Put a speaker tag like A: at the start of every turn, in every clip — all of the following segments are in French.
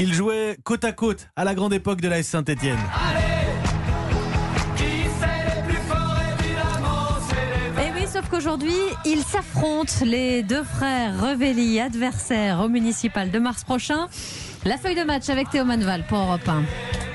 A: Ils jouaient côte à côte à la grande époque de la S Saint-Etienne.
B: Et Eh oui, sauf qu'aujourd'hui, ils s'affrontent, les deux frères Revelli, adversaires au municipal de mars prochain. La feuille de match avec Théo Manval pour Europe 1.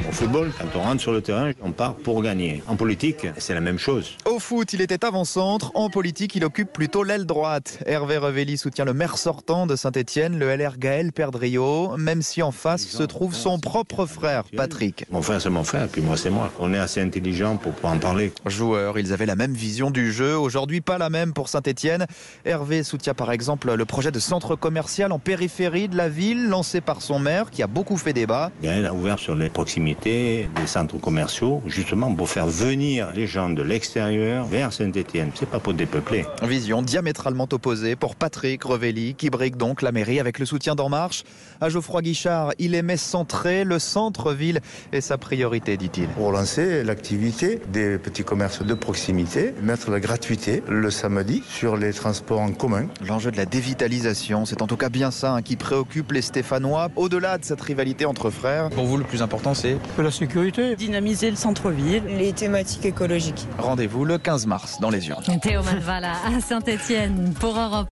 C: Au football, quand on rentre sur le terrain, on part pour gagner. En politique, c'est la même chose.
D: Au foot, il était avant-centre. En politique, il occupe plutôt l'aile droite. Hervé Revelli soutient le maire sortant de Saint-Etienne, le LR Gaël Perdriau, même si en face se trouve son propre frère, Patrick.
C: Mon frère, c'est mon frère, puis moi, c'est moi. On est assez intelligent pour pouvoir en parler.
D: Joueurs, ils avaient la même vision du jeu. Aujourd'hui, pas la même pour Saint-Etienne. Hervé soutient par exemple le projet de centre commercial en périphérie de la ville, lancé par son maire, qui a beaucoup fait débat.
C: Gaël a ouvert sur les proximités des centres commerciaux, justement pour faire venir les gens de l'extérieur vers Saint-Etienne. C'est pas pour dépeupler.
D: Vision diamétralement opposée pour Patrick Revelli, qui brique donc la mairie avec le soutien d'En Marche. À Geoffroy Guichard, il aimait centrer le centre-ville et sa priorité, dit-il.
E: pour relancer l'activité des petits commerces de proximité, mettre la gratuité le samedi sur les transports en commun.
D: L'enjeu de la dévitalisation, c'est en tout cas bien ça hein, qui préoccupe les Stéphanois, au-delà de cette rivalité entre frères. Pour vous, le plus important, c'est
F: la sécurité.
G: dynamiser le centre-ville.
H: les thématiques écologiques.
D: rendez-vous le 15 mars dans les urnes.
B: Théo Manval à Saint-Etienne pour Europe